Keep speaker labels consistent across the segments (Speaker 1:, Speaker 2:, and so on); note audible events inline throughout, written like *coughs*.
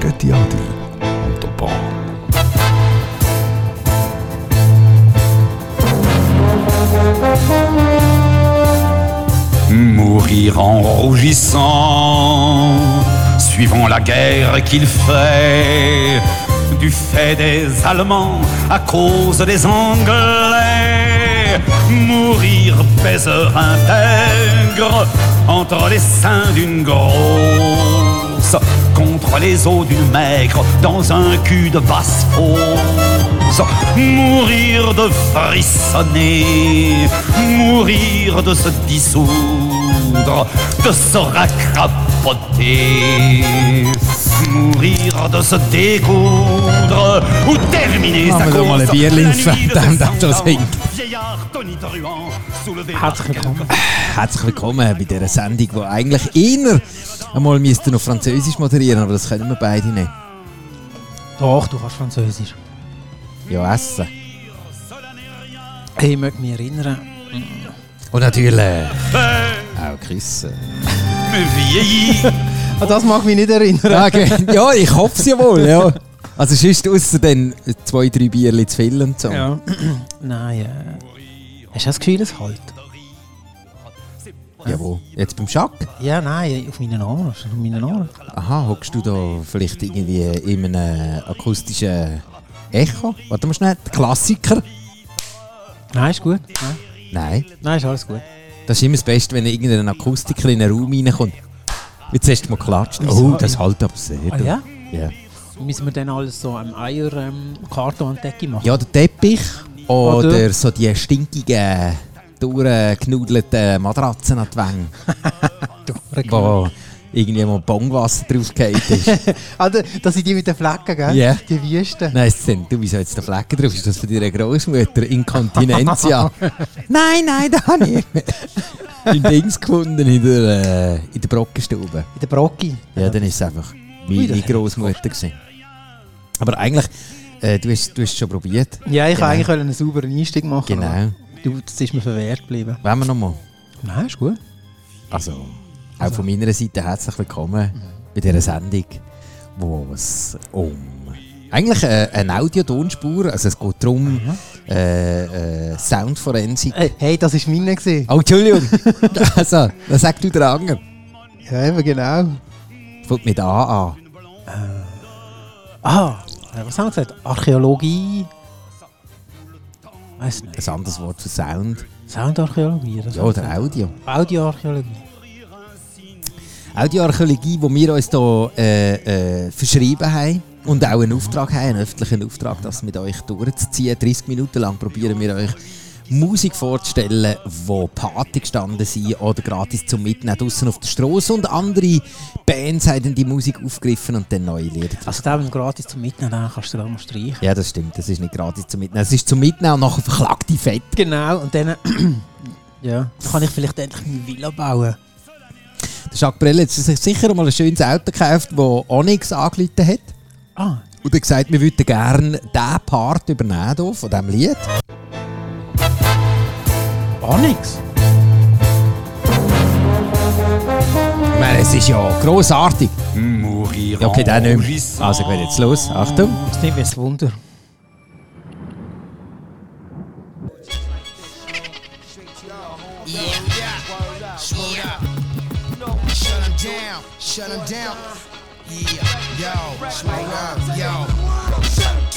Speaker 1: Christiadi und der Bahn.
Speaker 2: Mourir en rougissant, suivant la guerre qu'il fait, du fait des Allemands à cause des Anglais. Mourir baiseur intègre entre les seins d'une grosse, contre les os d'une maigre, dans un cul de basse fosse. Mourir de frissonner, mourir de se dissoudre, de se racrapoter, mourir de se découdre ou terminer
Speaker 3: Machen
Speaker 2: sa
Speaker 3: wir doch
Speaker 2: course.
Speaker 3: mal ein Bierchen, verdammt, das hinkt.
Speaker 2: Herzlich willkommen.
Speaker 3: Herzlich willkommen bei dieser Sendung, die eigentlich eher einmal müsste noch Französisch moderieren, aber das können wir beide nicht.
Speaker 4: Doch, du kannst Französisch.
Speaker 3: Ja, essen.
Speaker 4: Hey, ich möchte mich erinnern.
Speaker 3: Und natürlich auch küssen.
Speaker 4: An Ah, das mag ich mich nicht erinnern.
Speaker 3: Ja, ge- *laughs* ja, ich hoffe es ja wohl, ja. Also sonst ausser dann zwei, drei Bierchen zu viel und so.
Speaker 4: Ja. Nein, äh, hast du das Gefühl, es halt?
Speaker 3: Jawohl. Jetzt beim Schack.
Speaker 4: Ja, nein, äh, auf meinen Ohren. Auf meinen Ohren.
Speaker 3: Aha, hockst du da vielleicht irgendwie in einem akustischen Echo? Warte mal schnell, der Klassiker?
Speaker 4: Nein, ist gut. Nein,
Speaker 3: Nein.
Speaker 4: nein ist alles gut.
Speaker 3: Das ist immer das Beste, wenn irgendein Akustiker in einen Raum reinkommt. Jetzt hast du mal geklatscht. Oh, das hält aber sehr.
Speaker 4: Ah, ja?
Speaker 3: Ja.
Speaker 4: Müssen wir dann alles so am Eier, ähm, Karton und Decke machen?
Speaker 3: ja, der Teppich oder,
Speaker 4: Oder-
Speaker 3: so die stinkigen, durchgenudelten Matratzen an die Wände, wo irgendwie mal Bongwasser draufgeht *laughs* ist.
Speaker 4: Ah, da- das sind die mit den Flecken, gell?
Speaker 3: Ja.
Speaker 4: Die Wüsten.
Speaker 3: Nein, es sind, du, wieso jetzt der Flecken drauf? Ist das für deine Großmutter? *laughs* Inkontinentia? nein, nein, da habe ich im Dings gefunden, in der, äh, in der Brockenstube.
Speaker 4: In der Brocki.
Speaker 3: Ja, dann ist es einfach
Speaker 4: Ui, das
Speaker 3: meine
Speaker 4: hätte ich
Speaker 3: Großmutter gewesen. Aber eigentlich, äh, du hast du hast es schon probiert.
Speaker 4: Ja, ich
Speaker 3: Genau.
Speaker 4: wollte eigentlich einen sauberen Einstieg machen.
Speaker 3: Genau.
Speaker 4: aber Du, das ist mir verwehrt geblieben.
Speaker 3: Wollen wir nochmal?
Speaker 4: Nein, ist gut.
Speaker 3: Also, auch von meiner Seite herzlich willkommen bei dieser Sendung, wo es um eigentlich äh, eine Audiotonspur, also es geht darum, äh, äh, Soundforensik.
Speaker 4: Hey, hey, das war meine. gewesen.
Speaker 3: Oh, Entschuldigung! *laughs* also, was sagst du der Anger?
Speaker 4: Ja, eben genau.
Speaker 3: Fängt mit A an.
Speaker 4: Ah, äh, was haben wir gesagt? Archäologie. Weiß nicht.
Speaker 3: Ein anderes Wort für Sound.
Speaker 4: Soundarchäologie oder
Speaker 3: Ja,
Speaker 4: so.
Speaker 3: oder Audio.
Speaker 4: Audioarchäologie.
Speaker 3: Auch die Archäologie, die wir uns hier äh, äh, verschrieben haben und auch einen Auftrag haben, einen öffentlichen Auftrag, das mit euch durchzuziehen. 30 Minuten lang probieren wir euch Musik vorzustellen, wo Party gestanden sind oder gratis zum Mitnehmen draußen auf der Straße und andere Bands haben dann die Musik aufgegriffen und dann neue Lieder.
Speaker 4: Also da wenn du gratis zum Mitnehmen kannst du da mal streichen.
Speaker 3: Ja, das stimmt, das ist nicht gratis zum Mitnehmen. Es ist zum Mitnehmen und nachher verklagte Fett.
Speaker 4: Genau, und dann *clears throat* ja, kann ich vielleicht endlich meine Villa bauen.
Speaker 3: Der Jacques Brel hat sich sicher mal ein schönes Auto gekauft, das Onyx angeleitet hat.
Speaker 4: Ah,
Speaker 3: Und er hat gesagt, wir würden gerne diesen Part übernehmen hier, von diesem Lied.
Speaker 4: Onyx?
Speaker 3: Ich meine, es ist ja grossartig.
Speaker 2: Mourir
Speaker 3: Ja, okay,
Speaker 2: en
Speaker 3: der nicht mehr.
Speaker 2: rougissant.
Speaker 3: Also, ich werde jetzt los. Achtung.
Speaker 4: Das nimmt mir das Wunder.
Speaker 5: Shut him down, shut him down. Yeah, yo, slow up, yo.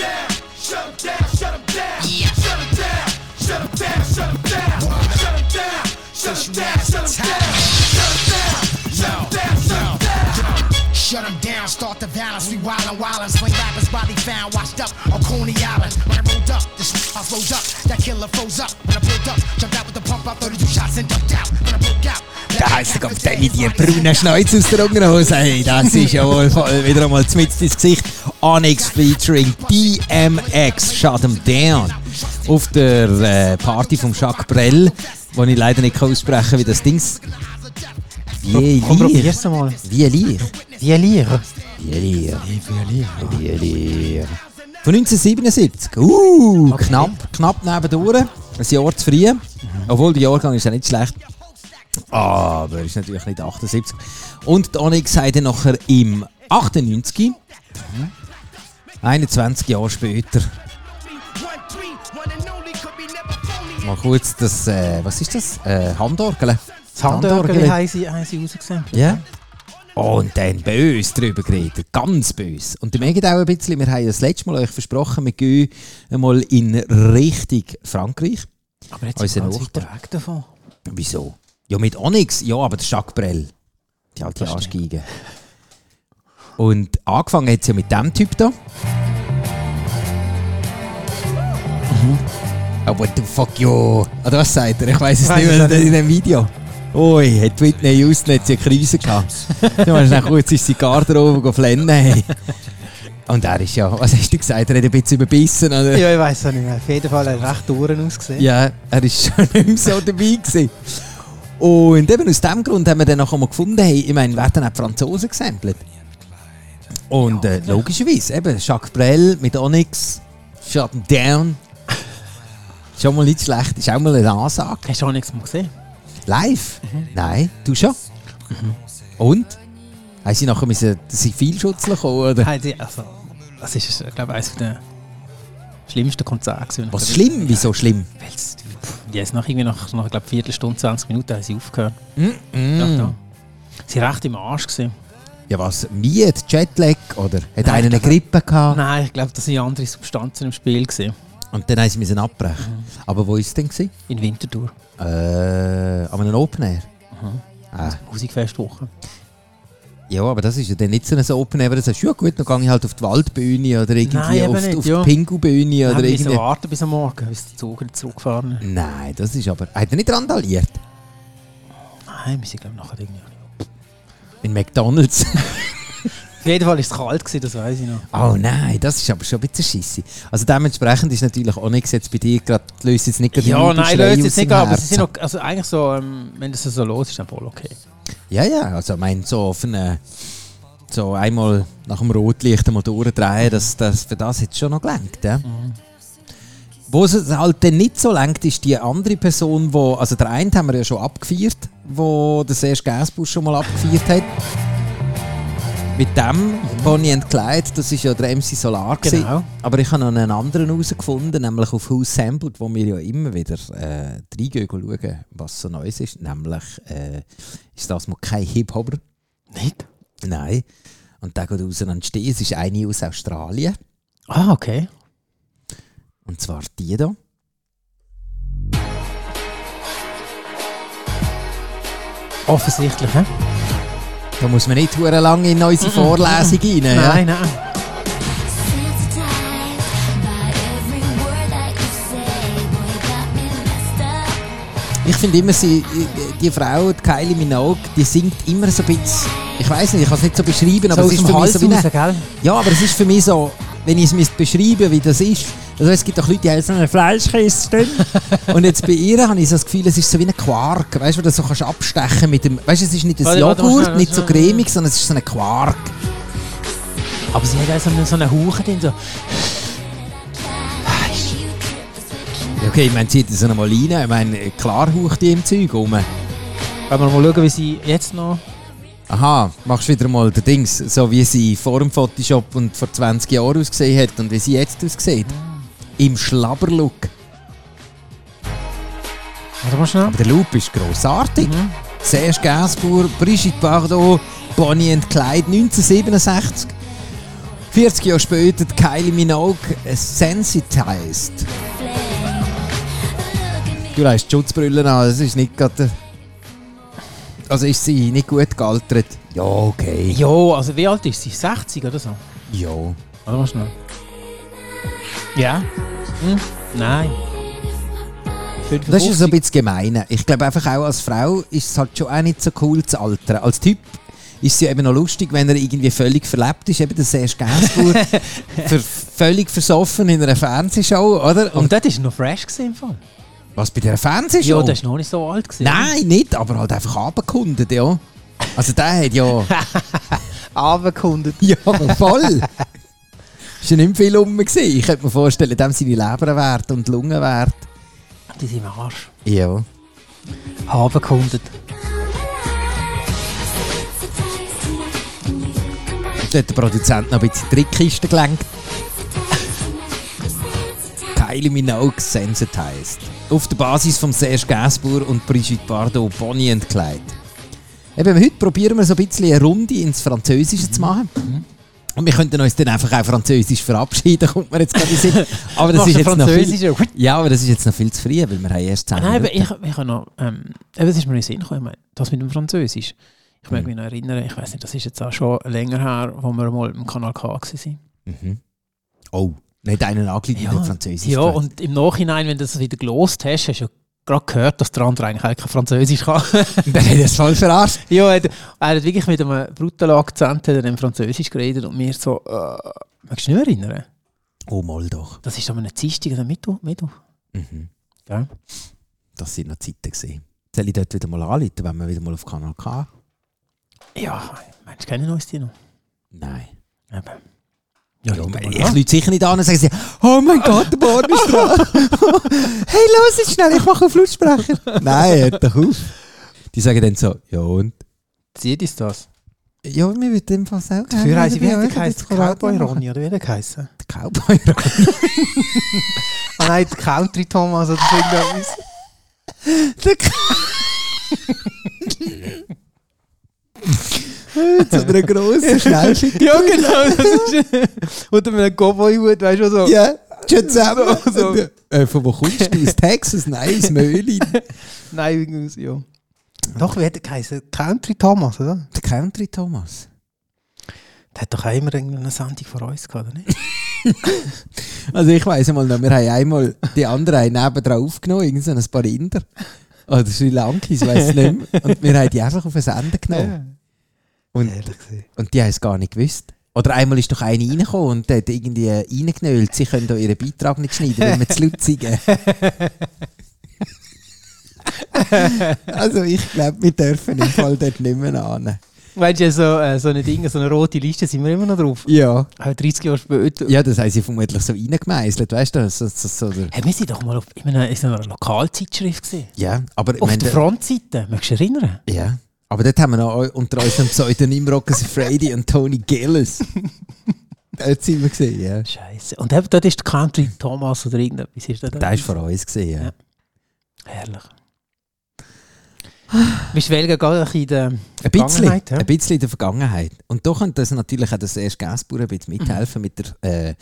Speaker 5: Shut him down, start the violence, we wildin', wildin', swing rappers, Bobby found, washed up on Coney Island. When I rolled up, this I rose up, that killer froze up. When I pulled up, jumped out with the pump out, 32 shots and ducked out. When I broke out,
Speaker 3: Da heisst er, kommt dann in die braunen Schnäuze aus der Unterhose. Hey, das ist ja wohl voll wieder einmal mitten ins Gesicht. Onyx featuring DMX. Shut 'em down. Auf der äh, Party von Jacques Brel, wo ich leider nicht kann aussprechen kann, wie das Ding... Wie
Speaker 4: Komm,
Speaker 3: Lier.
Speaker 4: probier's mal.
Speaker 3: Wie Lier.
Speaker 4: Die Lier.
Speaker 3: Bielier. Bielier. Von 1977. Uh, knapp, knapp nebendurch. Ein Jahr zu früh. Obwohl, der Jahrgang ist ja nicht schlecht. Aber ist natürlich nicht 78. Und die Onyx hat dann nachher im 98 21 Jahre später. Mal kurz das, äh, was ist das? Äh, Handorgel.
Speaker 4: Das Handorgel haben sie, haben sie rausgesampelt.
Speaker 3: Ja. Oh, Und dann bös drüber geredet, ganz bös. Und ihr merkt auch ein bisschen, wir haben ja das letzte Mal euch versprochen, wir gehen einmal in Richtung Frankreich.
Speaker 4: Aber jetzt
Speaker 3: Unser
Speaker 4: sind wir ganz
Speaker 3: Nachbar.
Speaker 4: weit weg davon.
Speaker 3: Wieso? Ja, mit Onyx, ja, aber der Jacques Brel. Die alte
Speaker 4: Das
Speaker 3: Arschgeige. Und angefangen hat es ja mit dem Typ da. Mhm. Oh, what the fuck, yo. Ah, das sagt er, ich weiß es
Speaker 4: Weiss
Speaker 3: nicht
Speaker 4: es
Speaker 3: mehr
Speaker 4: auch nicht.
Speaker 3: in dem Video. Ui, hat Whitney Houston jetzt eine Krise gehabt. Du hast nach kurz in seine Garderobe flennen. Hey. Und er ist ja, was hast du gesagt, er hat ein bisschen überbissen, oder?
Speaker 4: Ja, ich weiß es nicht mehr. Auf jeden Fall hat er recht Uhren ausgesehen.
Speaker 3: Ja, er war *laughs* schon nicht mehr so dabei. Gewesen. Und eben aus diesem Grund haben wir dann nachher mal gefunden, hey, ich meine, werden auch die Franzosen gesampelt. Und äh, logischerweise, eben, Jacques Brel mit Onyx, Shut 'em Down. Schon mal nicht schlecht, ist auch mal eine Ansage.
Speaker 4: Hast du auch nichts mehr gesehen?
Speaker 3: Live? Nein, du schon? Mhm. Und? Haben sie nachher müssen Zivilschutz bekommen, oder?
Speaker 4: Haben sie, also, das ist, ich glaube eines der schlimmsten Konzerte. gewesen.
Speaker 3: Was schlimm? Wieso schlimm?
Speaker 4: Weil es- pff, Jetzt nach irgendwie nach, nach glaube Viertelstunde, 20 Minuten haben sie aufgehört. Ja,
Speaker 3: Mm.
Speaker 4: da. Sie waren recht im Arsch. Gewesen.
Speaker 3: Ja, was? Miet, Jetlag, oder? Hat
Speaker 4: Nein,
Speaker 3: einer eine
Speaker 4: ich glaub-
Speaker 3: Grippe gehabt?
Speaker 4: Nein, ich glaube, das waren andere Substanzen im Spiel. Gewesen.
Speaker 3: Und dann mussten sie abbrechen. Aber wo war es denn? gewesen?
Speaker 4: In Winterthur.
Speaker 3: Äh, an einem Open Air. Ah,
Speaker 4: Musikfestwoche.
Speaker 3: ja, aber das ist ja dann nicht so ein Open Air, wo du sagst, ja gut, dann gehe ich halt auf die Waldbühne oder irgendwie
Speaker 4: Nein, eben
Speaker 3: auf, die-
Speaker 4: nicht,
Speaker 3: auf die
Speaker 4: ja.
Speaker 3: Pingu-Bühne
Speaker 4: Oder
Speaker 3: oder
Speaker 4: irgendwie...
Speaker 3: irgendwie.
Speaker 4: warten bis am Morgen, bis der Zug wieder zurückgefahren ist.
Speaker 3: Nein, das ist aber... Hat er nicht randaliert?
Speaker 4: Nein, wir sind glaube nachher irgendwie auch nicht.
Speaker 3: In McDonalds? *laughs*
Speaker 4: Auf jeden Fall war es kalt, gewesen, das weiß ich noch.
Speaker 3: oh nein, das ist aber schon ein bisschen scheisse. Also dementsprechend ist natürlich auch nichts jetzt bei dir gerade... Löst jetzt nicht gerade
Speaker 4: Ja,
Speaker 3: einen
Speaker 4: nein,
Speaker 3: Schrei
Speaker 4: löst
Speaker 3: aus
Speaker 4: jetzt nicht,
Speaker 3: dem
Speaker 4: aber sie
Speaker 3: Herzen.
Speaker 4: sind noch, also eigentlich so, ähm, wenn das so los ist, dann voll okay.
Speaker 3: Ja, ja, also ich meine, so auf eine, so einmal nach dem Rotlicht einmal durchdrehen, das, das, für das hat es schon noch gelangt. Ja? Wo es halt dann nicht so langt, ist die andere Person, wo, also der eine haben wir ja schon abgefeiert, wo der Serge Gainsbourg schon mal abgefeiert hat. Mit dem Bonnie and Clyde, das ist ja der MC Solar. gewesen.
Speaker 4: Genau.
Speaker 3: Aber ich habe noch einen anderen herausgefunden, nämlich auf House Sampled, wo wir ja immer wieder äh, reingehen und schauen, was so Neues ist. Nämlich äh, ist das mal kein Hip-Hopper.
Speaker 4: Nicht?
Speaker 3: Nein. Und der geht raus an Stehen. Es ist eine aus Australien.
Speaker 4: Ah, okay.
Speaker 3: Und zwar die da.
Speaker 4: Offensichtlich, hä?
Speaker 3: Da muss man nicht hure lange in
Speaker 4: *laughs*
Speaker 3: unsere Vorlesung rein. Ja?
Speaker 4: Nein, nein.
Speaker 3: Ich finde immer, sie, die Frau, die Kylie Minogue, die singt immer so ein bisschen. Ich weiß nicht, ich kann es nicht so beschreiben, aber
Speaker 4: so
Speaker 3: es ist
Speaker 4: aus dem
Speaker 3: für mich
Speaker 4: Hals
Speaker 3: so wie eine-
Speaker 4: raus, gell?
Speaker 3: Ja, aber es ist für mich so, wenn ich es müsste beschreiben wie das ist. Also es gibt auch Leute, die haben so eine Fleischkiste.
Speaker 4: *laughs*
Speaker 3: und jetzt bei ihr habe ich so das Gefühl, es ist so wie ein Quark. Weißt du, wo du so kannst abstechen mit dem. Weißt du, es ist nicht ein
Speaker 4: Warte, warte,
Speaker 3: Joghurt,
Speaker 4: warte,
Speaker 3: nicht so
Speaker 4: warte.
Speaker 3: cremig, sondern es ist so ein Quark.
Speaker 4: Aber sie hat auch so einen, so einen Hauch drin, so.
Speaker 3: Ja, Okay, ich meine, zieht das nochmal rein. Ich meine, klar haucht die im Zeug rum.
Speaker 4: Wenn wir mal schauen, wie sie jetzt noch.
Speaker 3: Aha, machst wieder mal den Dings, so wie sie vor dem Photoshop und vor 20 Jahren ausgesehen hat und wie sie jetzt aussieht. Im Schlabberlook.
Speaker 4: Warte mal schnell.
Speaker 3: Aber der Loop ist grossartig. Serge Gainsbourg, Brigitte Bardot, Bonnie and Clyde 1967. 40 Jahre später die Kylie Minogue äh, sensitized. Du hast die Schutzbrille an, das ist nicht gerade. der- Also ist sie nicht gut gealtert? Ja, okay.
Speaker 4: Ja, also wie alt ist sie? 60 oder so?
Speaker 3: Ja.
Speaker 4: Warte mal schnell. Ja? Hm? Nein.
Speaker 3: Das ist so ein
Speaker 4: 55.
Speaker 3: bisschen gemein. Ich glaube einfach auch als Frau ist es halt schon auch nicht so cool zu altern. Als Typ ist es ja eben noch lustig, wenn er irgendwie völlig verlebt ist, eben der Serge
Speaker 4: *laughs*
Speaker 3: Gainsbourg, ver völlig versoffen in einer Fernsehshow, oder? Und
Speaker 4: Und das war noch fresh gewesen, im Fall.
Speaker 3: was bei der
Speaker 4: Ja,
Speaker 3: Fernsehshow?
Speaker 4: das war noch nicht so alt. Gewesen.
Speaker 3: Nein, nicht, aber halt einfach abgekundet, ja. Also der hat ja...
Speaker 4: *laughs* Abendkunde.
Speaker 3: ja, voll. Ist ja nicht mehr viel rum gewesen. Ich könnte mir vorstellen, dem seine Leber wert und die Lungen wert.
Speaker 4: Die sind im Arsch.
Speaker 3: Ja.
Speaker 4: Abendkunde.
Speaker 3: Dort hat der Produzent noch ein bisschen in die Trickkiste gelenkt. Kylie Minogue sensitized. Auf der Basis von Serge Gainsbourg und Brigitte Bardot, Bonnie and Clyde. Eben, heute probieren wir so ein bisschen eine Runde ins Französische zu machen. Und wir könnten uns dann einfach auch französisch verabschieden, *laughs* kommt mir jetzt gerade in den Sinn. Aber das
Speaker 4: Machst
Speaker 3: ist
Speaker 4: du
Speaker 3: jetzt noch viel,
Speaker 4: Französisch?
Speaker 3: ja, aber das ist jetzt noch viel zu früh, weil wir haben erst 10
Speaker 4: Nein, Ah, aber
Speaker 3: Minuten.
Speaker 4: ich, ich habe noch. Ähm, eben, das ist mir in den Sinn gekommen. Ich meine, das mit dem Französisch. Ich mag mich noch erinnern, ich weiß nicht, das ist jetzt auch schon länger her, wo wir mal im Kanal K waren.
Speaker 3: Mhm. Oh, nicht einen angelegt, der Französisch
Speaker 4: Ja,
Speaker 3: geredet. *laughs*
Speaker 4: und im Nachhinein, wenn du das wieder gelost hast, hast du ja gerade gehört, dass der andere eigentlich auch kein Französisch kann. *laughs*
Speaker 3: Dann hat er es voll verarscht.
Speaker 4: ja, er hat, er hat wirklich mit einem brutalen Akzent hat er in Französisch geredet und mir so, äh, magst du dich nicht mehr erinnern?
Speaker 3: Oh, mal doch.
Speaker 4: Das ist aber eine Dienstag oder Mittwoch. Mittwoch.
Speaker 3: Mhm.
Speaker 4: Ja.
Speaker 3: Das sind noch Zeiten gewesen. Soll ich dort wieder mal anrufen, wenn wir wieder mal auf Kanal K?
Speaker 4: ja, meinst du keine neues Dino?
Speaker 3: Nein.
Speaker 4: Eben.
Speaker 3: Ja,
Speaker 4: Leute, mal
Speaker 3: ich
Speaker 4: an.
Speaker 3: lüte sicher nicht an und sage, sie, oh mein Gott, der Born ist dran. *laughs* hey, los jetzt schnell, ich mache einen Flutsprecher. Nein, hört doch auf. Die sagen dann so, ja und?
Speaker 4: Sieht ist das?
Speaker 3: Ja, wir würden im Fall selber
Speaker 4: Dafür haben sie, wie hat der geheißen? Cowboy Ronny, oder wie hat der geheißen?
Speaker 3: *laughs* Cowboy Ronny.
Speaker 4: Ah nein, der Country Thomas oder so irgendwas.
Speaker 3: Zu einer grossen Schnellschicht.
Speaker 4: *laughs* ja, genau, das ist. *laughs* Unter einem Cowboy-Hut, weißt du, so.
Speaker 3: Ja, schon zusammen. *laughs*
Speaker 4: So, so.
Speaker 3: Äh, von wo kommst du? Aus Texas? Nein, aus Möhlin.
Speaker 4: Nein, irgendwas, ja. Doch, wie hat der geheißen? Country Thomas, oder?
Speaker 3: Der *laughs* Country Thomas.
Speaker 4: Der hat doch auch immer irgendeine Sendung von uns gehabt, oder *laughs* nicht?
Speaker 3: Also ich weiss einmal noch, wir haben einmal die anderen haben nebenan aufgenommen, irgend so ein paar Inder. Oder Sri Lankis, ich weiss nicht mehr. Und wir haben die einfach auf den Sender genommen. Und, und die haben es gar nicht gewusst. Oder einmal ist doch eine reingekommen und hat irgendwie reingenölt, sie können da ihren Beitrag nicht schneiden, wenn wir zu laut singen. also ich glaube, wir dürfen im Fall dort nicht mehr an.
Speaker 4: Weißt du, so, äh, so eine Dinge, so eine rote Liste sind wir immer noch drauf.
Speaker 3: Ja.
Speaker 4: Auch 30 Jahre später.
Speaker 3: Ja, das haben sie vermutlich so reingemeißelt, weißt du? So, so, so, der-
Speaker 4: Hey, wir sind doch mal auf, in einer, in so einer Lokalzeitschrift gesehen.
Speaker 3: ja, aber ich
Speaker 4: Auf
Speaker 3: meine,
Speaker 4: der
Speaker 3: der-
Speaker 4: Frontseite, möchtest du dich erinnern?
Speaker 3: ja. Aber dort haben wir noch eu- unter unserem Pseudonym Rockers Freddy und Tony *laughs* Gillis. dort sind wir gesehen, ja.
Speaker 4: Scheiße. Und eben dort ist der Country Thomas oder irgendetwas. Ist der
Speaker 3: Der ist vor uns gesehen, ja.
Speaker 4: Ja. Herrlich. *sighs* Bist du wählen gegangen in der
Speaker 3: Ein bisschen,
Speaker 4: Vergangenheit, ja?
Speaker 3: ein bisschen in der Vergangenheit. Und da könnte das natürlich auch das erste Gasbauer ein
Speaker 4: Mhm.
Speaker 3: bisschen mithelfen mit der äh,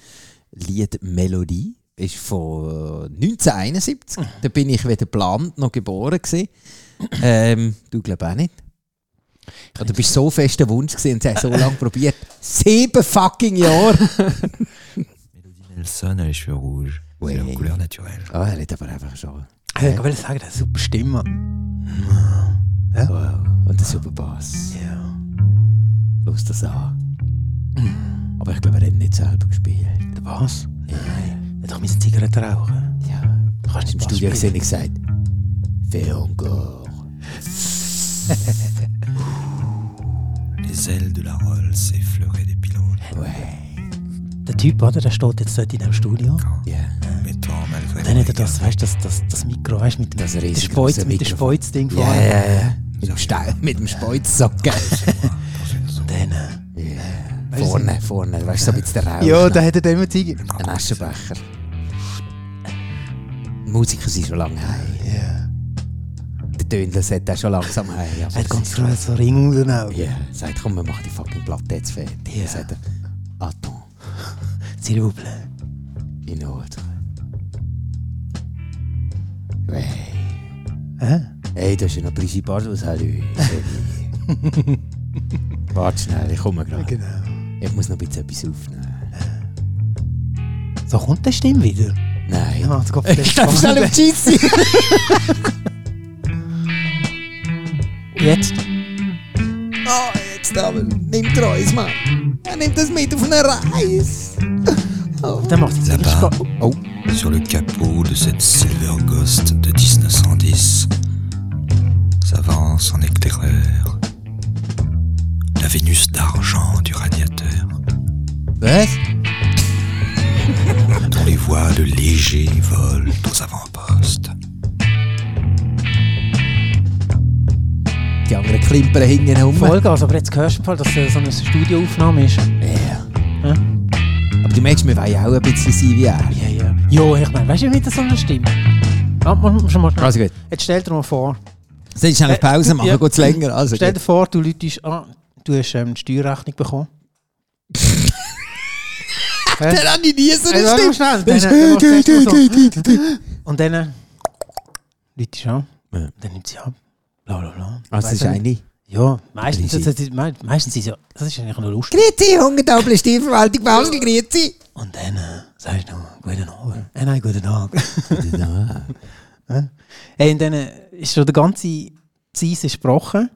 Speaker 3: Lied Melodie. Ist von 1971.
Speaker 4: Mhm.
Speaker 3: Da bin ich weder geplant noch geboren. Gewesen. Ähm, du glaubst auch nicht. Oder bist so fest der Wunsch gewesen und sie haben so lange probiert. Sieben fucking
Speaker 4: *laughs*
Speaker 3: Jahre!
Speaker 6: Nelson a les cheveux rouges.
Speaker 3: Ouais.
Speaker 6: C'est leur couleur naturelle.
Speaker 3: Ah, er hat aber einfach schon.
Speaker 4: Also, ich wollte sagen, das ist eine super Stimme.
Speaker 3: Wow. Und der super Bass.
Speaker 4: Ja.
Speaker 3: Los das an. Aber ich glaube, er hat nicht selber gespielt.
Speaker 4: Was? Ja, doch meine Zigarette rauchen.
Speaker 3: Ja.
Speaker 4: Du kannst
Speaker 3: im
Speaker 4: nicht
Speaker 3: Studio
Speaker 4: Bass spielen.
Speaker 3: gesehen und gesagt, fais
Speaker 4: *laughs*
Speaker 3: encore.
Speaker 6: Les ailes de la Rolle s'effleuraient des pylônes,
Speaker 3: Ouais,
Speaker 4: Der Typ, oder, der steht jetzt dort in dem Studio.
Speaker 3: ja.
Speaker 6: mettant malgré
Speaker 4: Dann hat er
Speaker 6: les
Speaker 4: das, weißt, das, das, das Mikro, weißt, mit dem
Speaker 3: Das
Speaker 4: das
Speaker 3: riesige
Speaker 4: Speuz,
Speaker 3: große
Speaker 4: mit dem
Speaker 3: Mikrofon.
Speaker 4: Speuzding
Speaker 3: Ja,
Speaker 4: vorne.
Speaker 3: ja, ja. Mit dem, Stau, mit dem Speuzsocken.
Speaker 4: Dann, äh,
Speaker 3: vorne, vorne. Weißt du, so ein bisschen der Rauch.
Speaker 4: ja, dann hat er dann immer Ziege.
Speaker 3: Ein Aschenbecher. Die Musiker sind schon lange heim.
Speaker 4: Ja.
Speaker 3: Der Döndler sagt auch schon langsam heim.
Speaker 4: Er hat ganz klar so einen Ring unter den Augen.
Speaker 3: Ja, sagt, komm, wir machen die fucking Platte jetzt fertig. Dann sagt er, attends,
Speaker 4: S'il vous plaît.
Speaker 3: in Ordnung. Ouais.
Speaker 4: Hä?
Speaker 3: Äh? Hey, das ist ja noch Brigitte Bardot, salut. *laughs* Warte schnell, ich komme gerade.
Speaker 4: Genau.
Speaker 3: Ich muss noch ein bisschen etwas aufnehmen.
Speaker 4: So kommt der Stimme wieder.
Speaker 3: Nein. *laughs*
Speaker 4: Dann macht's Kopf ich
Speaker 3: auf Cheesy.
Speaker 4: Jetzt.
Speaker 3: Ah, jetzt aber. Nimm Reis, Mann. Er nimmt das mit auf eine Reis.
Speaker 4: Dann oh, macht es jetzt
Speaker 6: Là-bas.
Speaker 4: Kopf.
Speaker 6: Sur le capot de cette Silver Ghost de 1910, s'avance en éclaireur la Vénus d'argent du radiateur,
Speaker 3: Was?
Speaker 6: dont les voies de léger volent aux avant-postes.
Speaker 3: Die anderen klimpern hinten rum.
Speaker 4: Vollgas, also, aber jetzt hörst du im Fall, dass es so eine Studioaufnahme ist.
Speaker 3: Ja. Aber du merkst, wir wollen ja auch ein bisschen sein wie er.
Speaker 4: Ja, ja. Ja, ich meine, weißt du, wie das so eine Stimme? Ah, muss- muss- muss-
Speaker 3: Also gut.
Speaker 4: Jetzt stell dir mal vor,
Speaker 3: Soll ich schnell auf Äh, Pause machen?
Speaker 4: Äh, ja.
Speaker 3: Geht's länger? Also,
Speaker 4: stell
Speaker 3: gut.
Speaker 4: dir vor, du läutest an, du hast ähm, die Steuerrechnung
Speaker 3: *laughs*
Speaker 4: bekommen.
Speaker 3: Dann habe ich nie so
Speaker 4: Ey,
Speaker 3: eine
Speaker 4: warte
Speaker 3: Stimme.
Speaker 4: mal schnell.
Speaker 3: Das ist-
Speaker 4: Dann- dann
Speaker 3: geht,
Speaker 4: machst du
Speaker 3: geht, geht, geht.
Speaker 4: Und dann läutest du an,
Speaker 3: Ja.
Speaker 4: dann nimmt sie ab. Bla, bla, bla.
Speaker 3: Also, das
Speaker 4: Weißt
Speaker 3: ist
Speaker 4: du,
Speaker 3: eine.
Speaker 4: Ja, meistens,
Speaker 3: Easy.
Speaker 4: das, das, me- meistens ist ja, das ist eigentlich noch lustig.
Speaker 3: Grüezi, Hungerdoppel, Steuerverwaltung Basel, grüezi.
Speaker 4: Und dann äh, sagst du noch, guten Abend. *laughs* Äh, nein, guten Tag. Hey, und dann äh, ist schon der ganze Zeis gesprochen.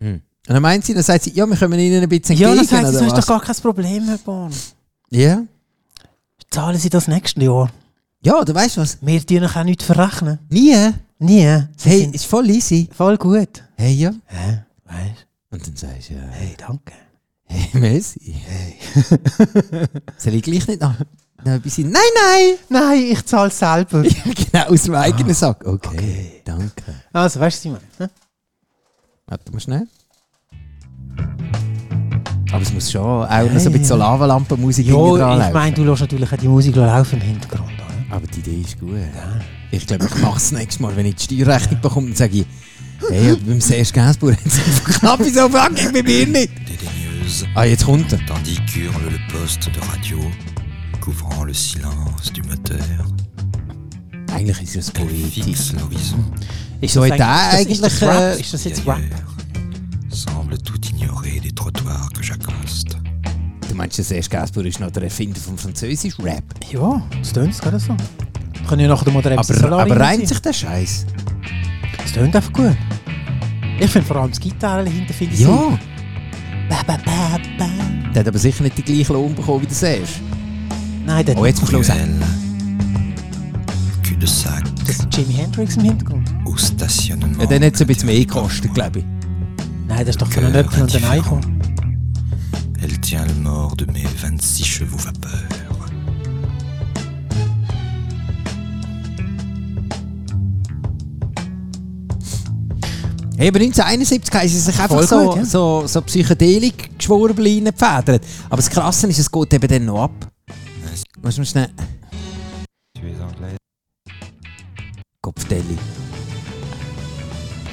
Speaker 3: Und dann meint sie, dann sagt sie, ja, wir können Ihnen ein bisschen
Speaker 4: Ja, dann
Speaker 3: entgegen,
Speaker 4: sagt sie,
Speaker 3: oder
Speaker 4: so ist
Speaker 3: was?
Speaker 4: doch gar kein Problem, Herr Born.
Speaker 3: Ja.
Speaker 4: Zahlen Sie das nächste Jahr.
Speaker 3: Ja, du weißt was?
Speaker 4: Wir tun euch auch nichts verrechnen.
Speaker 3: Nie.
Speaker 4: Nie. Sie
Speaker 3: Hey,
Speaker 4: sind
Speaker 3: ist voll easy.
Speaker 4: voll gut.
Speaker 3: Hey, ja.
Speaker 4: Hä? Weißt
Speaker 3: Und dann sagst du, ja, *laughs*
Speaker 4: du? Hey, danke.
Speaker 3: hey, Messi. *laughs* Soll ich gleich nicht noch noch ein bisschen... Nein, nein! *laughs*
Speaker 4: Nein, ich zahle selber. *laughs*
Speaker 3: genau, aus dem eigenen Sack. Okay, danke.
Speaker 4: Also, weißt du, was ich meine?
Speaker 3: Warte mal schnell. Aber es muss schon auch noch so
Speaker 4: Hey,
Speaker 3: ein bisschen so
Speaker 4: ja.
Speaker 3: Lavalampenmusik hinten dran
Speaker 4: Ja, ich
Speaker 3: laufen.
Speaker 4: meine, du lässt natürlich auch die Musik laufen im Hintergrund. oder?
Speaker 3: Aber die Idee ist gut. Ich glaube, ich mache es nächstes Mal, wenn ich die Steuerrechnung bekomme, dann sage ich, hey, aber beim Serge Gainsbourg hat es *laughs* einfach knapp so fucking bei mir nicht.
Speaker 6: dédaigneuse,
Speaker 3: Ah, jetzt kommt er.
Speaker 6: tandis qu'hurle le poste de radio, couvrant le silence du moteur,
Speaker 3: Eigentlich ist es
Speaker 6: elle
Speaker 3: poetisch.
Speaker 6: fixe l'horizon
Speaker 4: Ist
Speaker 3: So
Speaker 4: das
Speaker 3: hat er
Speaker 4: eigentlich- das- Ist das
Speaker 3: eigentlich,
Speaker 4: Rap?
Speaker 3: äh,
Speaker 4: Ist das
Speaker 6: qui
Speaker 4: jetzt Rap?
Speaker 6: ailleurs semble tout ignorer des trottoirs que j'accoste.
Speaker 3: Du meinst, der Serge Gainsbourg ist noch der Erfinder vom Französisch-Rap?
Speaker 4: Ja, das tönt gerade so. Können ja nachher mal der
Speaker 3: Aber, aber reint sich der Scheiß?
Speaker 4: Das tönt einfach gut. Ich finde vor allem das Gitarre hinter finde ich so-
Speaker 3: Ja,
Speaker 4: Ba, ba, ba, ba.
Speaker 3: der hat aber sicher nicht den gleichen Lohn bekommen wie der Serge.
Speaker 4: Nein, das,
Speaker 3: Oh, jetzt kommt los.
Speaker 6: Ruelle, cul-de-sac
Speaker 4: das ist Jimi Hendrix im Hintergrund.
Speaker 6: au stationnement.
Speaker 3: Ja, dann hat es ein bisschen mehr gekostet, glaube ich.
Speaker 4: Nein, das ist doch von einem
Speaker 6: Cœur
Speaker 4: Öpfel und einem Ei
Speaker 6: indifférent.
Speaker 4: kommen.
Speaker 6: Elle tient le mort de mes 26 chevaux vapeur.
Speaker 3: Hey, aber 1971 haben sie sich einfach
Speaker 4: Voll
Speaker 3: so,
Speaker 4: gut, ja.
Speaker 3: so, so psychedelik geschworen gefedert. Aber das Krasse ist, es geht eben dann noch ab. Muss man schnell...
Speaker 6: Tu es anglaise.
Speaker 3: Kopfdeli.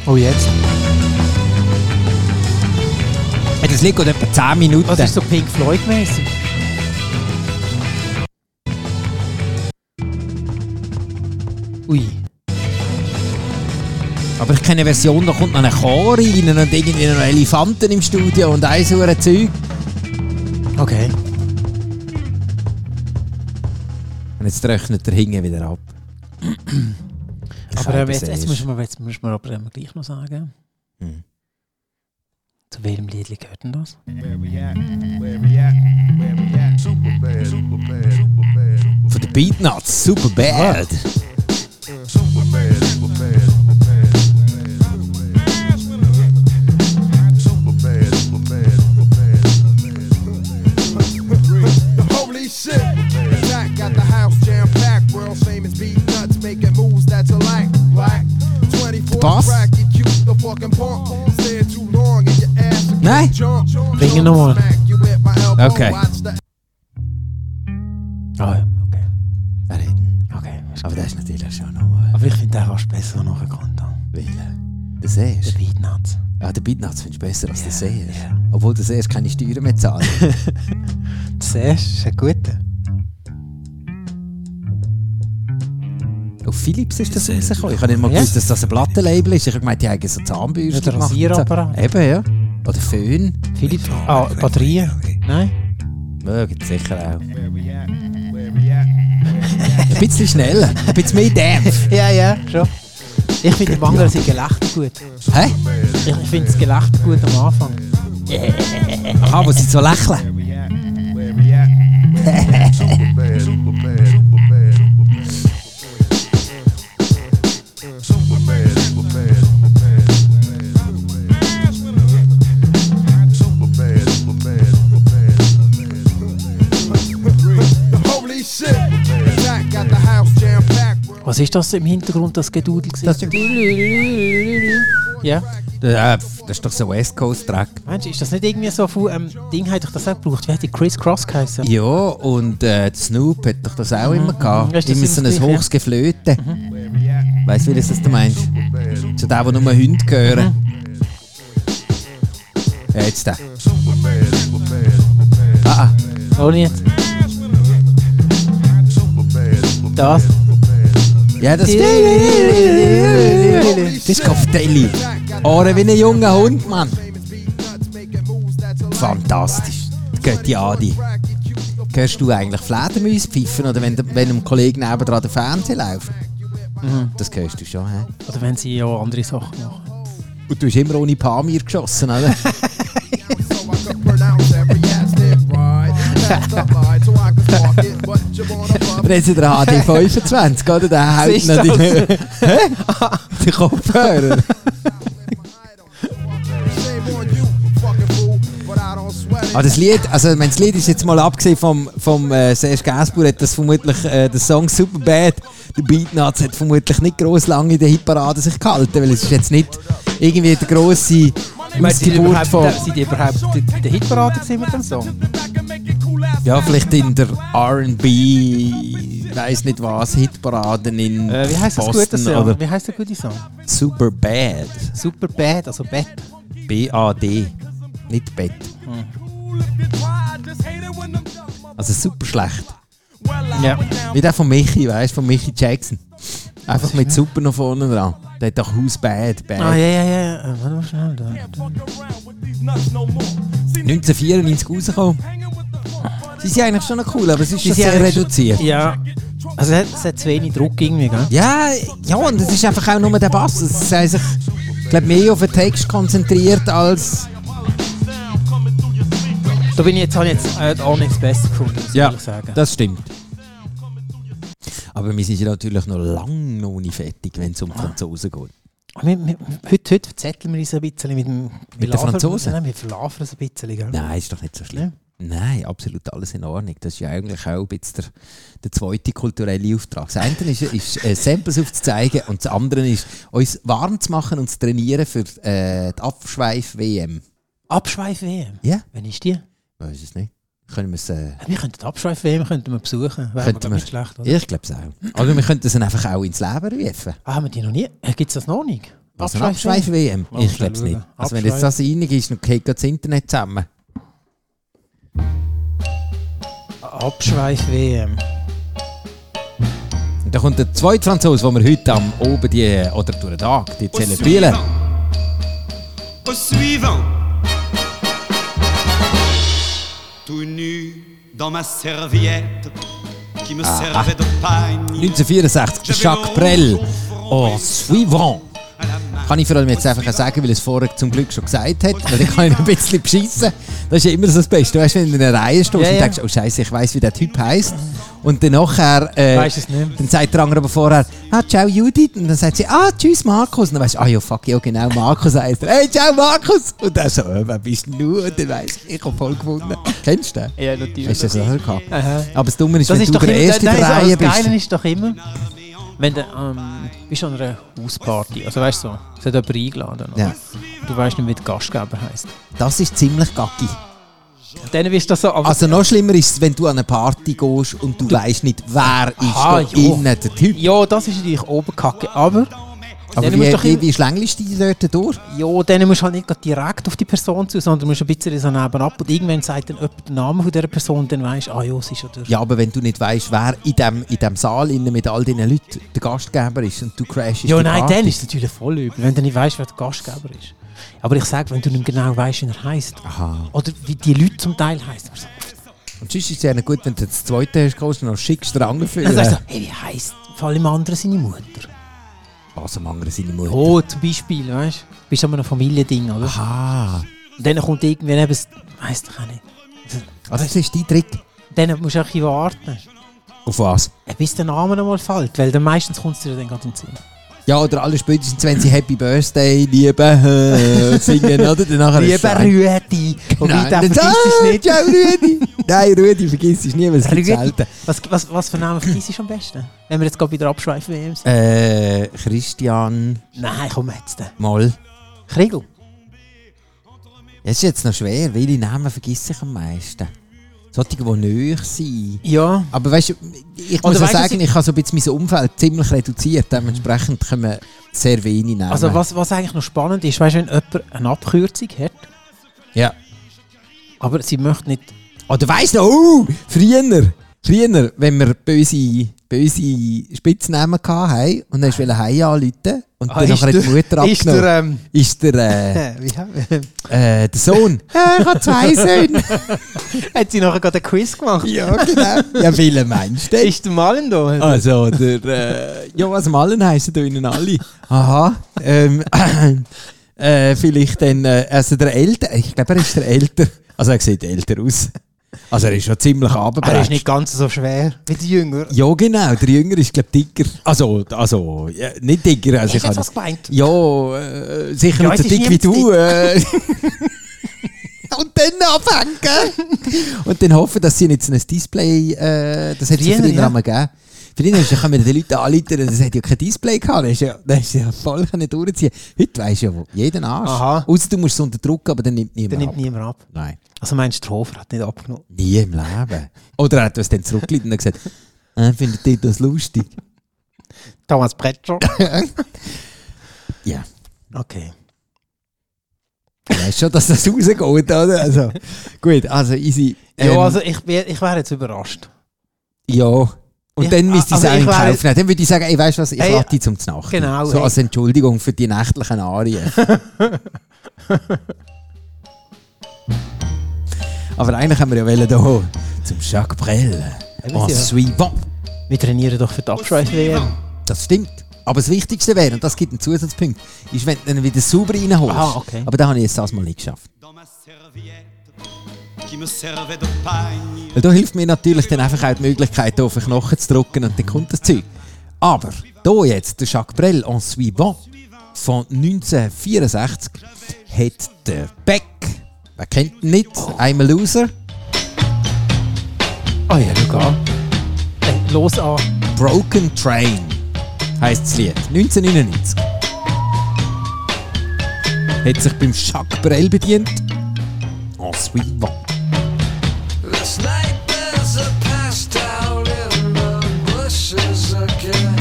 Speaker 4: Oh, jetzt?
Speaker 3: Hey, das Lied geht etwa 10 Minuten.
Speaker 4: Das ist so Pink Floyd-mäßig. Ui.
Speaker 3: Aber ich kenne eine Version, da kommt noch ein Chor rein und irgendwie noch Elefanten im Studio und ein so ein Zeug.
Speaker 4: Okay.
Speaker 3: Und jetzt rechnet der Hinge wieder ab. Ich
Speaker 4: Aber
Speaker 3: habe
Speaker 4: ähm, jetzt,
Speaker 3: das
Speaker 4: jetzt
Speaker 3: erst.
Speaker 4: müssen wir, jetzt müssen wir aber ähm, gleich noch sagen.
Speaker 3: Hm.
Speaker 4: Zu welchem Lied gehört denn das?
Speaker 3: Von den Beatnuts, super bad.
Speaker 7: Holy shit! Zach got the house jam packed. World famous beat nuts making moves that you like. Black 24
Speaker 3: Boss?
Speaker 7: track, you cute the fucking punk. Stay too long and your ass will
Speaker 3: Nein.
Speaker 7: jump.
Speaker 4: Bring it on.
Speaker 7: Smack you with my elbow.
Speaker 3: Okay.
Speaker 7: Watch the
Speaker 4: Ah, ja. okay.
Speaker 3: Wer hat ihn?
Speaker 4: okay.
Speaker 3: Aber das ist natürlich schon noch...
Speaker 4: Aber ich finde, der kannst du besser noch erkennen.
Speaker 3: Äh, der Serge.
Speaker 4: Der Beatnuts.
Speaker 3: Ja, den Beatnuts findest du besser als den
Speaker 4: Ja,
Speaker 3: Serge.
Speaker 4: ja.
Speaker 3: Obwohl der Serge keine Steuern mehr
Speaker 4: *laughs*
Speaker 3: zahlt.
Speaker 4: Zuerst ist ein guter.
Speaker 3: Auf Philips ist das
Speaker 6: Sehr
Speaker 3: rausgekommen. Ich habe nicht mal
Speaker 4: Ja.
Speaker 3: gewusst, dass das ein Plattenlabel ist. Ich habe gemeint, die haben so Zahnbürste
Speaker 4: Oder
Speaker 3: gemacht.
Speaker 4: Rasierapparat.
Speaker 3: Eben, ja. Oder Föhn.
Speaker 4: Philipp. Ah, Batterien. Nein.
Speaker 3: Ja, gibt's sicher auch. Ein bisschen schneller. Ein bisschen mehr Dämpf.
Speaker 4: *laughs* Ja, ja, schon. Ich finde am anderen sind Gelächter gut.
Speaker 3: Hä?
Speaker 4: Ich finde das Gelächter gut am Anfang.
Speaker 3: Aha, wo sie so lächeln.
Speaker 7: Holy shit! Zach got the house jam packed.
Speaker 4: Oh, Was ist das im Hintergrund, das Gedudel? gewesen?
Speaker 3: Das-
Speaker 4: ja.
Speaker 3: Äh, pf, das ist doch so ein West Coast Track.
Speaker 4: Mensch, ist das nicht irgendwie so von ähm, Ding, hat doch das auch gebraucht? Wie hat die Chris Cross geheißen?
Speaker 3: Ja, und äh, Snoop hat doch das auch immer gehabt.
Speaker 4: Ist Mhm. das
Speaker 3: Immer
Speaker 4: immer
Speaker 3: so ein
Speaker 4: das Gleiche, Mhm.
Speaker 3: hohes Geflöte. Weißt du, wie das das du meinst? So der, der nur Hunde hören.
Speaker 4: Mhm.
Speaker 3: Ja, jetzt der. Ah, ah.
Speaker 4: Ohne jetzt. Das.
Speaker 3: Ja, das. Das ist Kopftelli. Ohren wie ein junger Hund, Mann. Fantastisch. Götti Adi. Hörst du eigentlich Fledermäuse pfeifen oder wenn, der- wenn einem Kollegen nebenan der Fernseher läuft?
Speaker 4: Mhm.
Speaker 3: Das hörst du schon, hä?
Speaker 4: Oder wenn sie ja andere Sachen machen.
Speaker 3: Und du hast immer ohne Pamir geschossen,
Speaker 4: *laughs*
Speaker 3: oder?
Speaker 7: But
Speaker 3: Dann hat sie den HD25, oder? Der haut
Speaker 4: *laughs* Siehst
Speaker 3: noch
Speaker 4: du
Speaker 3: die, *laughs* die Kopfhörer. Ah, das Lied, also ich meine, das Lied ist jetzt mal abgesehen vom, vom äh, Serge Gainsbourg, hat das vermutlich, äh, der Song Superbad, der Beatnuts hat vermutlich nicht gross lange in der Hitparade sich gehalten, weil es ist jetzt nicht irgendwie der grosse Ausgeburt von...
Speaker 4: sind die überhaupt in der Hitparade gewesen mit dem Song?
Speaker 3: Ja, vielleicht in der R&B, weiß nicht was, Hitparaden in
Speaker 4: Äh, wie heißt das
Speaker 3: Boston
Speaker 4: gute Song?
Speaker 3: oder
Speaker 4: Wie heißt der gute Song?
Speaker 3: Superbad,
Speaker 4: Super Bad, also Bad.
Speaker 3: B-A-D, nicht Bett.
Speaker 4: Hm.
Speaker 3: Also super schlecht.
Speaker 4: Ja.
Speaker 3: Wie der von Michi, weißt von Michi Jackson. Einfach mit Super noch vorne dran. Der hat doch House Bad, Bad.
Speaker 4: Ah, ja, ja, ja. Äh, Warte mal schnell. Da, da.
Speaker 3: 1994 rausgekommen. Sie sind eigentlich schon noch cool, aber es ist schon
Speaker 4: sind
Speaker 3: sehr
Speaker 4: eigentlich schon-
Speaker 3: reduziert.
Speaker 4: Ja. Also, es hat, es hat zu wenig Druck irgendwie, gell?
Speaker 3: Ja, ja, und es ist einfach auch nur der Bass. Es hat sich, glaube mehr auf den Text konzentriert als...
Speaker 4: Da bin ich jetzt, habe ich jetzt äh, auch nichts Besseres gefunden, muss ich ehrlich sagen.
Speaker 3: das stimmt. Aber wir sind ja natürlich noch lange noch nicht fertig, wenn es um Franzosen geht.
Speaker 4: Wir, wir, heute, heute verzetteln wir uns ein bisschen mit dem...
Speaker 3: den Franzosen?
Speaker 4: Nein, wir verlaufen uns ein bisschen, gell?
Speaker 3: Nein, ist doch nicht so schlimm. Nein, absolut alles in Ordnung. Das ist ja eigentlich auch ein bisschen der, der zweite kulturelle Auftrag. Das eine ist, ist äh, Samples aufzuzeigen und das andere ist, uns warm zu machen und zu trainieren für äh, die Abschweif-WM.
Speaker 4: Abschweif-WM.
Speaker 3: Ja?
Speaker 4: Wann ist die?
Speaker 3: Weiß Oh, es nicht. Können wir es... Äh,
Speaker 4: Wir könnten die Abschweif-WM könnten wir besuchen. Wäre
Speaker 3: Könnten
Speaker 4: aber
Speaker 3: wir.
Speaker 4: nicht schlecht, oder?
Speaker 3: ich glaube es auch. Oder wir könnten es dann einfach auch ins Leben rufen.
Speaker 4: Ah, haben wir die noch nie? Äh, Gibt es das noch nicht?
Speaker 3: Also eine Abschweif-WM?
Speaker 4: Mal
Speaker 3: Ich glaube es
Speaker 4: schauen.
Speaker 3: nicht. Also wenn jetzt das einig ist, dann geht das Internet zusammen.
Speaker 4: Abschweif-WM.
Speaker 3: Und dann kommt der zweite Franzose, den wir heute am oben die, oder durch den Tag die zelebrieren.
Speaker 2: Au suivant. Tout nu dans ma serviette qui me servait de panier.
Speaker 3: 1964, der Jacques Brel. Oh, suivant. Kann ich vor allem jetzt einfach auch sagen, weil er es vorher zum Glück schon gesagt hat. Weil dann kann ich *laughs* ihn ein bisschen beschissen. Das ist ja immer so das Beste. Weißt du, wenn du in einer Reihe stehst
Speaker 4: Ja,
Speaker 3: und
Speaker 4: ja.
Speaker 3: denkst, oh Scheiße, ich weiß, wie der Typ heißt. Und dann nachher. Äh,
Speaker 4: Weisst es nicht.
Speaker 3: Dann sagt der andere aber vorher, ah, ciao Judith. Und dann sagt sie, ah, tschüss Markus. Und dann weißt du, ah ja, fuck, ja, genau, Markus heißt er. Hey, ciao Markus. Und dann so, äh, wer bist denn du? Und dann weißt du, ich habe voll gewonnen. Kennst du den?
Speaker 4: Ja, natürlich.
Speaker 3: Hast du das auch gehabt?
Speaker 4: Aha.
Speaker 3: Aber das Dumme ist,
Speaker 4: Das
Speaker 3: wenn
Speaker 4: ist
Speaker 3: du
Speaker 4: doch
Speaker 3: der
Speaker 4: immer,
Speaker 3: Erste in
Speaker 4: nein,
Speaker 3: der
Speaker 4: so,
Speaker 3: Reihe
Speaker 4: das
Speaker 3: bist.
Speaker 4: Geile ist doch immer, wenn du ähm, bist an einer Hausparty, also weißt du so, es hat jemand eingeladen, oder?
Speaker 3: Ja.
Speaker 4: du weißt nicht, wie der Gastgeber heisst.
Speaker 3: Das ist ziemlich gacki.
Speaker 4: Und dann wirst du das so, aber
Speaker 3: Also noch schlimmer ist es, wenn du an eine Party gehst und du weißt nicht, wer ist da
Speaker 4: Aha, ja.
Speaker 3: innen der Typ.
Speaker 4: ja, das ist natürlich oben kacke, aber
Speaker 3: Aber
Speaker 4: dann musst du doch
Speaker 3: wie, wie,
Speaker 4: immer-
Speaker 3: wie schlängelst du dich dort durch?
Speaker 4: ja, dann musst du halt nicht gerade direkt auf die Person zu, sondern musst ein bisschen so nebenan und irgendwann sagt dann jemand den Namen von dieser Person, dann weißt du, ah ja, sie ist ja durch.
Speaker 3: Ja, aber wenn du nicht weißt, wer in dem, in dem Saal innen mit all diesen Leuten der Gastgeber ist und du crashst
Speaker 4: Ja,
Speaker 3: die
Speaker 4: nein,
Speaker 3: Party.
Speaker 4: dann ist es natürlich voll übel, wenn du nicht weißt, wer der Gastgeber ist. Aber ich sage, wenn du nicht genau weißt, wie er heißt.
Speaker 3: Aha.
Speaker 4: Oder wie die Leute zum Teil heißen. Also,
Speaker 3: Und sonst ist es ja nicht gut, wenn du das zweite hast, kannst du noch schickst den anderen
Speaker 4: Dann sagst du,
Speaker 3: füllen.
Speaker 4: hey, wie heisst vor allem anderen seine Mutter?
Speaker 3: Was am anderen Also, seine Mutter.
Speaker 4: Oh, zum Beispiel, weißt du? Bist du an einem Familiending, oder?
Speaker 3: Aha.
Speaker 4: Und dann kommt irgendwann eben, weißt du auch nicht.
Speaker 3: Also das ist dein Trick.
Speaker 4: Dann musst du auch ein bisschen warten,
Speaker 3: Auf was?
Speaker 4: äh, bis der Name einmal fällt, weil dann meistens kommt es dir dann gerade in den Sinn.
Speaker 3: Ja, oder alle spätestens, wenn sie Happy Birthday, liebe *laughs* äh, singen, oder? Dann nachher ist es
Speaker 4: Lieber
Speaker 3: fein.
Speaker 4: Rüdi! Und
Speaker 3: Nein,
Speaker 4: dann
Speaker 3: dann-
Speaker 4: vergisst es
Speaker 3: Ah,
Speaker 4: nicht. *laughs*
Speaker 3: Ciao Rüdi. Nein, Rudi, vergiss es nie, weil es gibt
Speaker 4: Rudi.
Speaker 3: selten.
Speaker 4: Was, was, was für Namen vergisst du am besten? Wenn wir jetzt gerade wieder abschweifen, WMs.
Speaker 3: Äh, Christian
Speaker 4: Nein, komm jetzt.
Speaker 3: Moll.
Speaker 4: Kriegel.
Speaker 3: Es ist jetzt noch schwer, welche Namen vergesse ich am meisten? Solche, die neu sind.
Speaker 4: Ja.
Speaker 3: Aber weißt du, ich
Speaker 4: Oder
Speaker 3: muss ja
Speaker 4: weißt du,
Speaker 3: sagen,
Speaker 4: was
Speaker 3: ich habe so ein bisschen mein Umfeld ziemlich reduziert. Dementsprechend kommen sehr wenige Namen.
Speaker 4: Also was, was eigentlich noch spannend ist, weißt du, wenn jemand eine Abkürzung hat,
Speaker 3: Ja.
Speaker 4: aber sie möchte nicht...
Speaker 3: Oder weißt du, noch, oh, früher, früher, wenn wir böse, böse Spitznamen hatten und dann wollten Hause anrufen und dann nachher hat die Mutter
Speaker 4: Ah, ist
Speaker 3: abgenommen.
Speaker 4: der, ähm,
Speaker 3: *laughs* Ist der, ähm,
Speaker 4: äh, *laughs* wie haben-
Speaker 3: äh, äh, der *laughs* Sohn? äh, ich habe zwei Söhne.
Speaker 4: hat sie nachher gerade einen Quiz
Speaker 3: *laughs*
Speaker 4: gemacht?
Speaker 3: ja, genau. Ja, viele Menschen. denn?
Speaker 4: Ist der Malen da?
Speaker 3: Also, der, äh, ja, was Malen heissen, da ihnen alle. Aha, ähm, *coughs* äh, vielleicht dann, äh, also der Älter, ich glaube, er ist der Älter. Also, er sieht älter aus. Also, er ist schon ziemlich
Speaker 4: Aber er ist
Speaker 3: abgebretscht.
Speaker 4: nicht ganz so schwer wie der Jünger.
Speaker 3: Ja, genau. Der Jünger ist, glaube ich, dicker. Also, also ja, nicht dicker. Also ich
Speaker 4: Hast du
Speaker 3: kann
Speaker 4: was gemeint?
Speaker 3: ja, äh, sicher
Speaker 4: Ja,
Speaker 3: nicht so
Speaker 4: es ist
Speaker 3: dick wie
Speaker 4: niemand
Speaker 3: du. Äh.
Speaker 4: *laughs*
Speaker 3: Und dann abhängen. Und dann hoffen, dass sie jetzt ein Display, äh, das hat es ja
Speaker 4: Früher,
Speaker 3: früher
Speaker 4: ja.
Speaker 3: einmal gegeben. Früher hast du- können wir den Leuten anrufen, und es hat ja kein Display gehabt. Das ist ja, das ist ja voll können durchziehen. Heute weisst du ja, wo jeden Arsch.
Speaker 4: Aha.
Speaker 3: Außer du musst es unter Druck, aber dann nimmt niemand
Speaker 4: Den nimmt
Speaker 3: ab.
Speaker 4: niemand ab.
Speaker 3: Nein.
Speaker 4: Also meinst du, der Hofer hat nicht abgenommen?
Speaker 3: Nie im Leben. Oder er hat uns dann zurückgelegt und hat gesagt, *laughs* äh, findet ihr das lustig?
Speaker 4: Thomas Bretscher.
Speaker 3: *laughs* Ja.
Speaker 4: Okay.
Speaker 3: Du weißt schon, dass das rausgeht, oder? Also, gut, also easy.
Speaker 4: Ja,
Speaker 3: Ähm,
Speaker 4: also ich, wär- ich wäre jetzt überrascht.
Speaker 3: ja. Und
Speaker 4: Ich-
Speaker 3: dann müsste ich es
Speaker 4: also
Speaker 3: auch in
Speaker 4: ich wär-
Speaker 3: Kauf nehmen. Dann würde ich sagen, ey, weißt du was, ich
Speaker 4: Ey,
Speaker 3: lade dich zum Znachten.
Speaker 4: genau,
Speaker 3: So
Speaker 4: ey.
Speaker 3: als Entschuldigung für die nächtlichen Arien.
Speaker 4: *laughs*
Speaker 3: Aber eigentlich haben wir ja wollen hier zum Jacques Brel.
Speaker 4: Eben,
Speaker 3: En
Speaker 4: ja.
Speaker 3: suivant.
Speaker 4: Wir trainieren doch für die Abschweiß-WM.
Speaker 3: Das stimmt. Aber das Wichtigste wäre, und das gibt einen Zusatzpunkt, ist, wenn du ihn wieder sauber reinholst.
Speaker 4: Ah, okay.
Speaker 3: Aber da habe ich jetzt das mal nicht geschafft.
Speaker 2: Dans ma serviette qui me servait de pagne.
Speaker 3: Weil da hilft mir natürlich dann einfach auch die Möglichkeit, hier auf den Knochen zu drücken und dann kommt das Zeug. Aber da jetzt, der Jacques Brel en suivant von 1964, hat der Beck, wer kennt ihn nicht, I'm a Loser,
Speaker 4: Ah ja, schau an. Äh, Los an.
Speaker 3: Broken Train heisst das Lied, 1999. Hat sich beim Jacques Brel bedient, en suivant.
Speaker 8: Last night there's a passed out in the bushes again.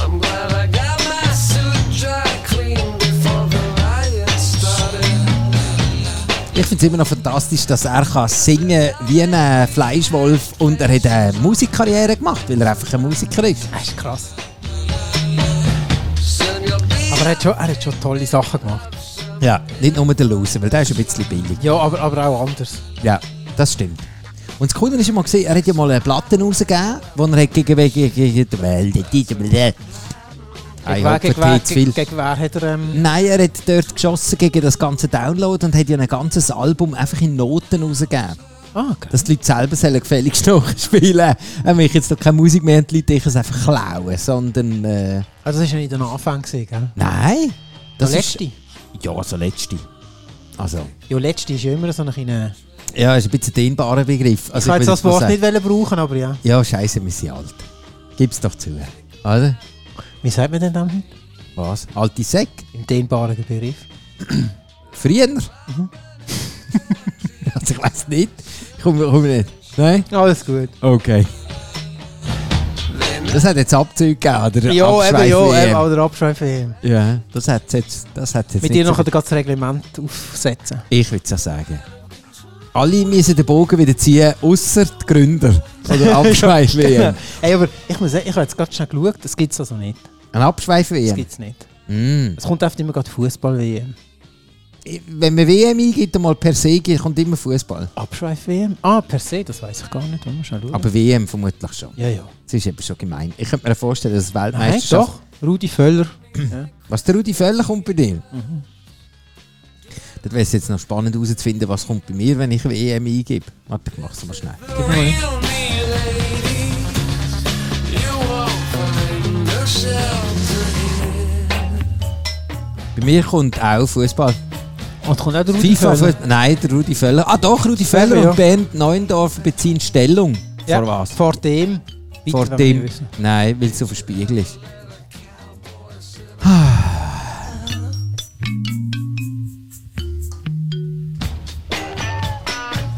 Speaker 8: I'm glad I got my suit dry cleaned before the riot started.
Speaker 3: Ich finde es immer noch fantastisch, dass er kann singen wie ein äh, Fleischwolf und er hat eine Musikkarriere gemacht, weil er einfach ein Musiker ist.
Speaker 4: Das ist krass.
Speaker 8: Senor B,
Speaker 4: Aber er hat schon, er hat schon tolle Sachen gemacht.
Speaker 3: Ja. Nicht nur der Loser, weil der ist ein bisschen billig.
Speaker 4: Ja, aber, aber auch anders.
Speaker 3: Ja, das stimmt. Und das Coole ist ja mal gesehen, er hat ja mal eine Platte rausgegeben, wo er hat gegen gegen gegen die Welt. Ich
Speaker 4: wer,
Speaker 3: hoffe,
Speaker 4: gegen,
Speaker 3: die
Speaker 4: wer,
Speaker 3: zu viel.
Speaker 4: gegen, gegen wer hat er... Ähm,
Speaker 3: Nein, er hat dort geschossen gegen das ganze Download und hat ja ein ganzes Album einfach in Noten rausgegeben.
Speaker 4: ah, okay.
Speaker 3: dass die Leute selber sollen gefälligst *laughs* nachspielen sollen. Äh, ich jetzt doch keine Musik mehr an die Leute ich es einfach klauen, sondern... Äh,
Speaker 4: Also das war ja nicht der Anfang, gewesen, gell?
Speaker 3: nein.
Speaker 4: der letzte.
Speaker 3: Ist, ja, so letzte. Also...
Speaker 4: Ja, letzte ist ja immer so ein kleiner...
Speaker 3: Ja, ist ein bisschen ein dehnbarer Begriff.
Speaker 4: Ich
Speaker 3: Also,
Speaker 4: kann jetzt
Speaker 3: will
Speaker 4: das Wort
Speaker 3: mal
Speaker 4: nicht
Speaker 3: sagen-
Speaker 4: wollen brauchen, aber ja.
Speaker 3: Ja, scheiße, wir sind alt. Gib's doch zu. Oder?
Speaker 4: Wie sagt man denn dann?
Speaker 3: Was? Alte Säck?
Speaker 4: Im dehnbaren Begriff.
Speaker 3: Früher? Mhm. *laughs* also ich weiß nicht. Ich komme komm nicht. Nein?
Speaker 4: Alles gut.
Speaker 3: Okay. Das hat jetzt Abzüge gegeben, oder?
Speaker 4: Ja, eben, ja,
Speaker 3: Abschweife-
Speaker 4: eben, oder Abschweifen.
Speaker 3: Ja, das hat jetzt, das hat jetzt
Speaker 4: Mit
Speaker 3: nicht
Speaker 4: dir
Speaker 3: so
Speaker 4: nachher das Reglement aufsetzen.
Speaker 3: Ich würde es ja sagen. Alle müssen den Bogen wieder ziehen, außer die Gründer von
Speaker 4: *laughs*
Speaker 3: der Abschweif-WM.
Speaker 4: Ey, aber ich muss sagen, ich habe jetzt gerade schnell geschaut, das gibt es also nicht.
Speaker 3: Eine
Speaker 4: Das
Speaker 3: Abschweif-WM?
Speaker 4: gibt's nicht.
Speaker 3: Mm.
Speaker 4: Es kommt oft immer gerade Fußball-WM.
Speaker 3: Wenn man WM eingibt, dann mal per se, kommt immer Fußball.
Speaker 4: Abschweif-WM? Ah, per se, das weiß ich gar nicht. Wollen wir schnell schauen.
Speaker 3: Aber WM vermutlich schon.
Speaker 4: ja, ja.
Speaker 3: Das ist eben schon gemein. Ich könnte mir vorstellen, dass es
Speaker 4: Nein,
Speaker 3: Weltmeisterschaft...
Speaker 4: doch. Rudi Völler.
Speaker 3: Was der Rudi Völler kommt bei dir?
Speaker 4: Mhm.
Speaker 3: Das wäre jetzt noch spannend herauszufinden, was kommt bei mir, wenn ich WM eingebe. Warte, ich mach's mal schnell.
Speaker 4: Gib mir mal hin.
Speaker 8: kill me, lady. You won't find no shelter here.
Speaker 3: Bei mir kommt auch Fußball.
Speaker 4: Und Und Oh, kommt auch der Rudi
Speaker 3: FIFA,
Speaker 4: Völler.
Speaker 3: Fuss- nein, der Rudi Völler. Ah doch, Rudi Völler
Speaker 4: Völler,
Speaker 3: und Bernd Neuendorfer beziehen Stellung. Vor was?
Speaker 4: Vor dem. Weiter
Speaker 3: Vor
Speaker 4: will ich
Speaker 3: dem.
Speaker 4: wissen.
Speaker 3: Nein, weil es so verspiegelt ist.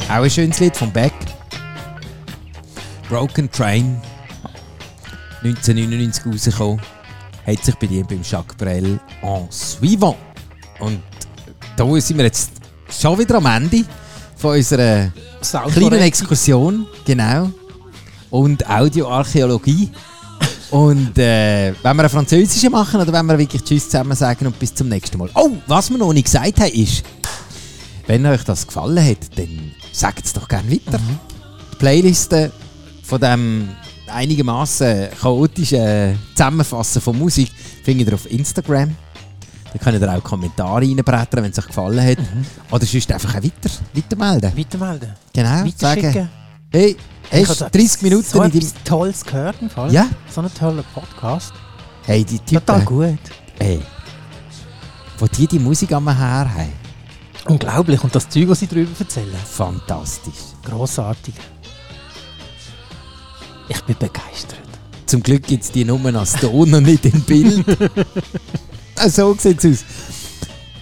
Speaker 3: Auch ein schönes Lied von Beck. Broken Train. 1999 rausgekommen. Hat sich bedient beim Jacques Brel en suivant. Und da sind wir jetzt schon wieder am Ende von unserer kleinen
Speaker 4: Kleiner-
Speaker 3: Exkursion, genau. Und Audioarchäologie. Und äh, wenn wir einen französischen machen oder wenn wir wirklich Tschüss zusammen sagen und bis zum nächsten Mal. Oh, was wir noch nicht gesagt haben ist, wenn euch das gefallen hat, dann sagt es doch gerne weiter. Die Playlisten von dem einigermaßen chaotischen Zusammenfassen von Musik findet ihr auf Instagram. Da könnt ihr auch Kommentare reinbrettern, wenn es euch gefallen hat. Oder sonst einfach auch weiter, weitermelden.
Speaker 4: Weitermelden.
Speaker 3: Genau, sagen,
Speaker 4: Weiterschicken.
Speaker 3: hey,
Speaker 4: Ich hab
Speaker 3: hast
Speaker 4: da
Speaker 3: 30 Minuten
Speaker 4: so
Speaker 3: in deinem...
Speaker 4: etwas Tolles gehört im Fall.
Speaker 3: Ja.
Speaker 4: So einen tollen Podcast.
Speaker 3: Hey, die Typen,
Speaker 4: Total gut.
Speaker 3: hey, wo die die Musik am Haar haben,
Speaker 4: Unglaublich. Und das Zeug, was sie darüber erzählen.
Speaker 3: fantastisch.
Speaker 4: Grossartig. Ich bin begeistert.
Speaker 3: Zum Glück gibt es die nur als Ton und nicht im
Speaker 4: *laughs*
Speaker 3: Bild. Ah, so sieht es aus.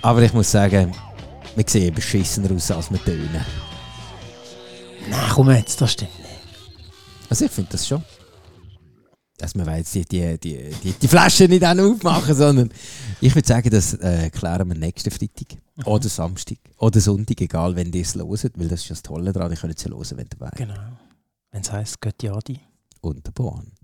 Speaker 3: Aber ich muss sagen, wir sehen beschissener aus, als wir tönen.
Speaker 4: Nein, komm jetzt, das stimmt nicht.
Speaker 3: Also ich finde das schon. Dass wir jetzt die, die, die, die, die Flasche nicht auch noch aufmachen, sondern ich würde sagen, das äh, klären wir nächsten Freitag. Oder Samstag. Oder Sonntag, egal wenn ihr es hört, weil das ist ja das Tolle daran, ich könnte es ja hören, wenn ihr wollt.
Speaker 4: Genau. Wenn es heisst, Genau. Götti Adi.
Speaker 3: Und der Bohnen.